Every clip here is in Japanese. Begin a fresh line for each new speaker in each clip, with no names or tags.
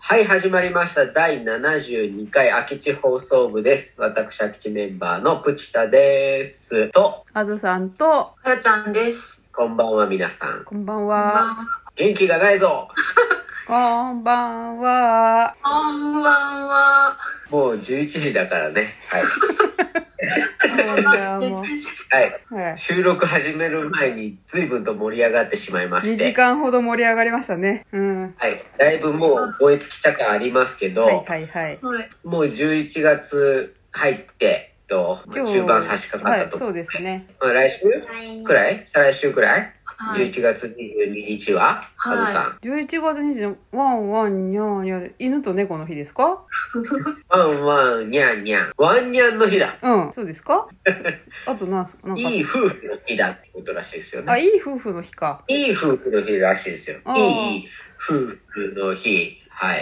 はい、始まりました。第72回空き地放送部です。私、空き地メンバーのプチタです。と、
あずさんと、
かやちゃんです。
こんばんは皆さん。
こんばん
こんばん
は。
は。
元気がないぞ
こんばんは。
こんばんは。
もう11時だからね。
そうだ
は
よ、も
い。はい。
う。はい。
収録始める前に随分と盛り上がってしまいま
2
して。
時間ほど盛り上がりましたね。うん。
はい。だいぶもう燃え尽きた感ありますけど、
はいはいはい。
はい。
もう11月入って、と中盤差し掛かったと
はい、そうですね。
まあ来週くらい再来週くらい、
はい
?11 月22日は
は
カ
い
ズさん。
11月20日、ワンワン、ニャーニャーで、犬と猫の日ですか
ワンワン、ニャンニャン。ワンニャンの日だ。
うん。そうです かあとなんす、なんか。
いい夫婦の日だってことらしいですよね
あ、。いい夫婦の日か。
いい夫婦の日らしいですよ
あ。ー
いい夫婦の日。はい。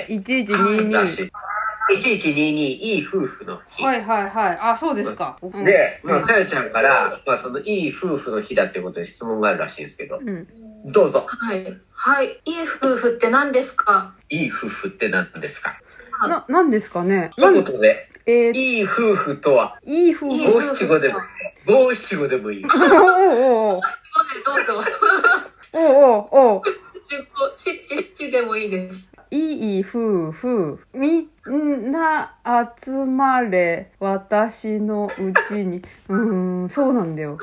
らし
1122。
い。1122いい夫婦の日。
はいはいはい。あ、そうですか。うん
で、まあ、
うん
かよちゃんから、まあ、その、いい夫婦の日だってことで質問があるらしいんですけど、
うん。
どうぞ。
はい。はい。いい夫婦って何ですか
いい夫婦って何ですか
な、なんですかね。
と
な
う
い
んことで、
えー、
いい夫婦とは、
いい夫婦。
いい
五七五でもいい。五七五でもいい。
おうおうおう
どうぞ。
おうおうおう
七七でもいいです。
いい夫婦。みんな集まれ、私のうちに。うーん、そうなんだよ。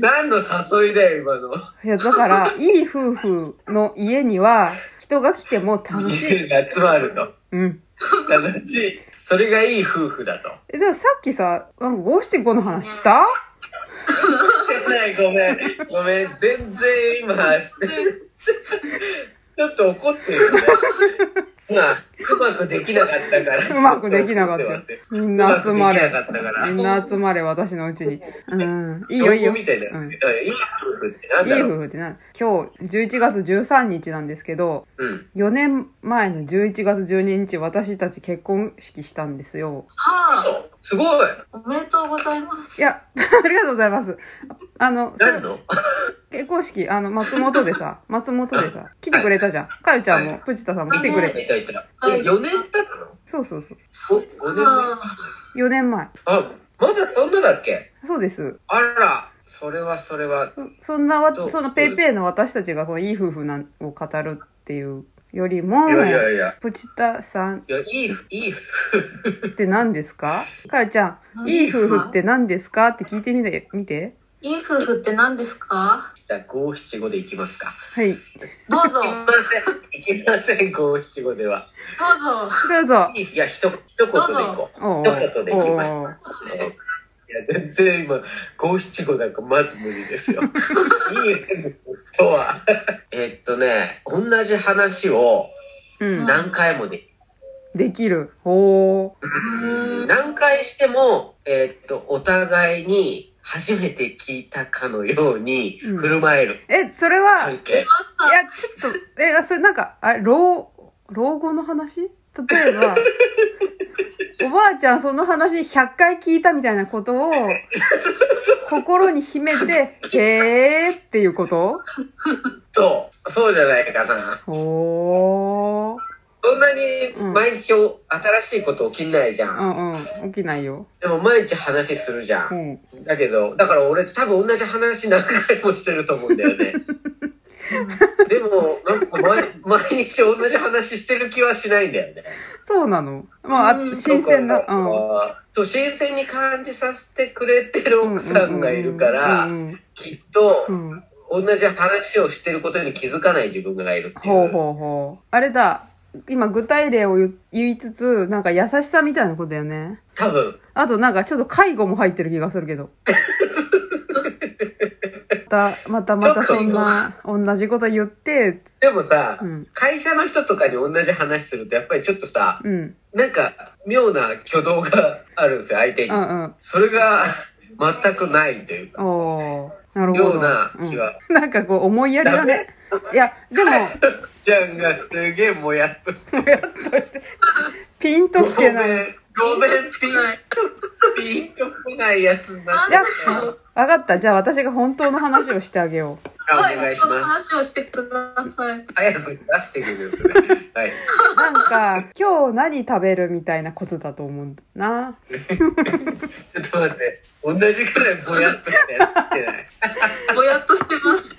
何の誘いだよ、今の。
いや、だから、いい夫婦の家には、人が来ても楽しい。
が 集まるの。
うん。
楽しい。それがいい夫婦だと。
え、でもさっきさ、なんか五七五の話した
切ない、ごめん。ごめん、全然今して、ちょっと怒ってるよね。今、うまくできなかったから。
うまくできなかったよ。みんな集ま
うまくでき
れ
な。かったから。
みんな集まれ、私のうちに。うん。いい
老
よ、い
後
いよ。
みたいな。
うん
いやいい夫婦ってなん
い
だ
い
ろう。
夫婦ってな、今日11月13日なんですけど、
うん。
4年前の11月12日私たち結婚式したんですよ
は
そうすごい。
あ。おめでとうございます。
いや ありがとうございますあのそ
何の
結婚式あの松本で さ松本でさ来てくれたじゃんかよちゃんも藤田さんも来てくれ
いた
て
いたいた。
はい
え、4年経ったの
そうそうそう
そう、5年
は
4年前
あ、まだそんなだっけ
そうです
あら、それはそれは。
そそんなわ
どう
そのペイペイの私たちがこのいい夫婦なんを語るっていうよりも
いやいやいや。
プチタさん
いや、いい、いい夫婦。
って何で すかかよちゃん、いい夫婦って何ですかって聞いてみて、みて。
いい夫婦って何ですか
じゃあ、五七五でいきますか。
はい。ど
どうぞ。
い
ど
きません。いきません、五七五では。
うぞ。
うぞ。
いや、ひと、一言でいこう。
おうおう
一言でいきまし
おうおう
た。いや、全然今、五七五なんかまず無理ですよ。いい夫婦とは。えっとね、同じ話を
うん。
何回もできる
できる。ほう。
うん
何回しても、えーっと、お互いに初めて聞いたかのように
うん
振る舞える
え、それは、
関
いや、
係。
ちょっと、え、それなんか、あ、老、老後の話例えば、 おばあちゃんその話100回聞いたみたいなことを、心に秘め て、へーっていうこと
そう、そうじゃないかな。
ほー。
そんなに毎日お新しいこと起きないじゃ。
うんんうん。起きないよ。
でも毎日話するじゃ。
うんん。
だけど、だから俺多分同じ話何回もしてると思うんだよ ね。でも、なんか毎毎日同じ話してる気はしないんだよね。
そうなの。まあ
う
あ、
ん
新鮮な
だ。か
う
ら
ん。
そう、新鮮に感じさせてくれてる
うん
奥さんがいるから、
うん
きっ
う
と、
んうん。
同じ話をしてることに気づかない自分がいるっていう。
ほうほうほう。あれだ。今、具体例を言う言いつつ、なんか優しさみたいなことだよね。
多分、
あとなんかちょっと介護も入ってる気がす るけど。また、またまた
ちょっと
そんな、同じこと言って、
でもさ、
うん
会社の人とかに同じ話すると、やっぱりちょっとさ、
うん、
なんか、妙な挙動があるんですよ、相手に。
うんうん。
それが、全くないというか、
おー、なるほど。
ような気は。
うん、なんかこう、思いやりだね。いや、でも、
ちゃんがすげえもやっとして
ぼやっとして、ピンと
ご
きてない
め。ん、ごめん、ピン
はい
と、ピンとこないやつになっ
じ
ちゃ
ゃ
っ
あ、わかった。じゃあ私が本当の話をしてあげよう。
あ
はい、
お願いし
その
ま
話
す。
をしてください。
早く出してくれよ、それ。はい。
なんか、今日何食べるみたいなことだと思うんだな。
ちょっと待って。同じくらいぼやっとしたやつってない。
ぼやっとしてます。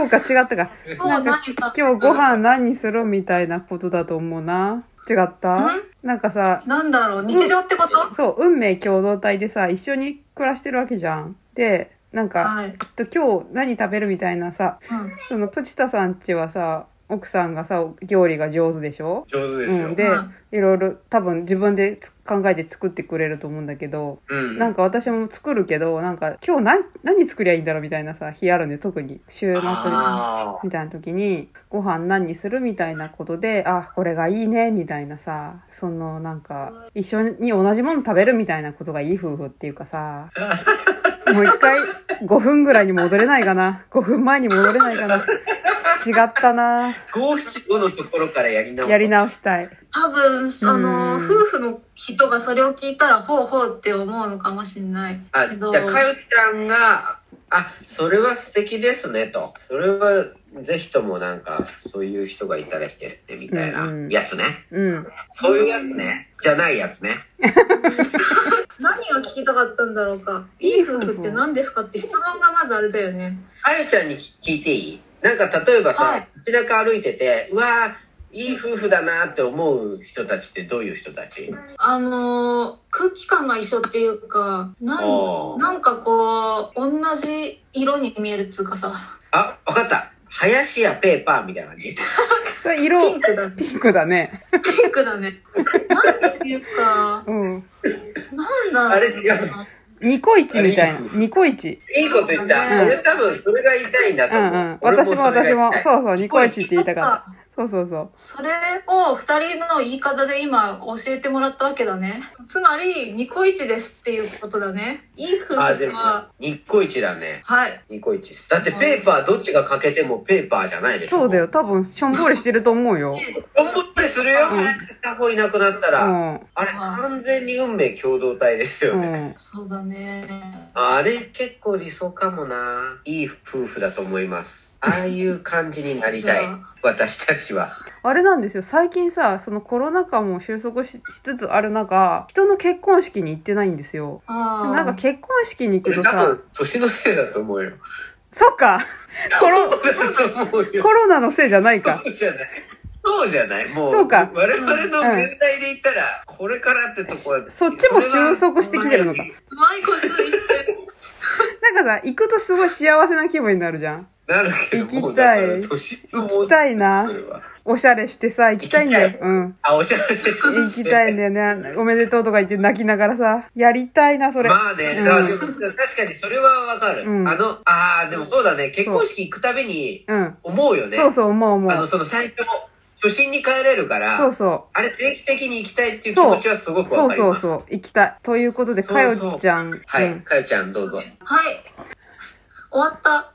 そうか、違ったか。
も
な
うん何
か、
食べ
今
る
日ご飯何するみたいなことだと思うな。違ったなんかさ、
なんだろう、日常ってこと、
そう、運命共同体でさ、一緒に暮らしてるわけじゃん。で、なんか、
はい。
きっと今日何食べるみたいなさ、
うん。
そのプチタさんちはさ、奥さんがさ、料理が上手でしょ
上手ですよ。
う、
うんん。
で
うん、
いろいろ多分自分でつ考えて作ってくれると思うんだけど、なんか私も作るけど、なんか今日何、何作りゃいいんだろうみたいなさ、日あるんで、特に週末
あ
みたいな時に、ご飯何にするみたいなことで、あ、これがいいね、みたいなさ、そのなんか、一緒に同じもの食べるみたいなことがいい夫婦っていうかさ、もう一回5分ぐらいに戻れないかな。5分前に戻れないかな。違ったな。
ー五七五のところからやり直す。
やり直したい。
多分、その、
うん
夫婦の人がそれを聞いたら、ほうほうって思うのかもしれない
あ、
け
じ
ど、
ゃあ、かよちゃんが、あ、それは素敵ですね、と。それは、ぜひともなんか、そういう人がいたらいいですね、みたいな
うんうん
やつね。
うん。
そういうやつね。じゃないやつね。
何が聞きたかったんだろうか。いい夫婦って何ですかって質問がまずあれだよね。
あゆちゃんに聞いていいなんか例えばさ、
はい
街中歩いてて、うわー、いい夫婦だなって思う人たちってどういう人たち
あのー空気感が一緒っていうか、な
お
ん
ー
なんかこう、同じ色に見えるっつうかさ、
あ、わかった。林やペーパー みたいな感じ。
それ色、
ピンクだ、ピ
ピンクだね。
ンクだ ね。なんていうか、
うん。
なんだろう。
あれ違う
ニコイチみたいな。ニコイチ。
いいこと言った。
うん
俺多分それが言いたいんだ
う
と思
ん
う。
うん。
俺
私も
それが
私
言い
も
た。い
そうそう、ニコイチって言いた
そ
か
っ
った。そうそうそう。
それを二人の言い方で今教えてもらったわけだね。つまり、ニコイチですっていうことだね。いい夫婦
あ、全部
は、。
日光一だね。
はい。
日光一です。だってペーパーどっちが欠けてもペーパーじゃないでしょ。
そうだよ。。多分、しょんぼりしてると思うよ。
トンボってするよ。片方いなくなった
う
ら。
ん。
あれ、完全に運命共同体ですよ
う
ね。
ん。
そうだね。
あれ結構理想かもな。いい夫婦だと思います。ああいう感じになり たい
じゃあ。
私たちは。
あれなんですよ。最近さ、そのコロナ禍も収束ししつつある中、人の結婚式に行ってないんですよ。でも
あ
なんか
あ。
結婚式に行
こ
く
れ
と
多
さ
分、、年のせいだと思うよ。
そ っか。コロ、
そうだと思うよ。
コロナのせいじゃないか。
そうじゃない。そうじゃない。もう、
そうか
我々の年代で言ったら、これからってとこは、
そっちも収束してきてるのか。
うまいこと言って。
なんかさ、行くとすごい幸せな気分になるじゃん。
なるけど、もうだから年の問題
行きたいな
それは
おしゃれしてさ、行きたいんだ
行
よ
き。
うん。
あ、おしゃれで
行きたいんだよね。おめでとうとか言って泣きながらさ、やりたいな、それ。
まあね、
うん
だから確かにそれはわかる。
うん
あの、ああ、でもそうだね、結婚式行くたびに
うん。
思うよね。
そうそう、思う思
あの、
う。
その最初の初心に帰れるから、
そうそ
あれ定期的に行きたいっていう気
そう
持ちはすご
う。
く
そ
わ
う
かり
そう
ます。
そう。行きたい。ということで、
そ
か
う
よ
そう
ちゃん。
は
う
い、
ん
かよちゃんどうぞ。
はい。終わった。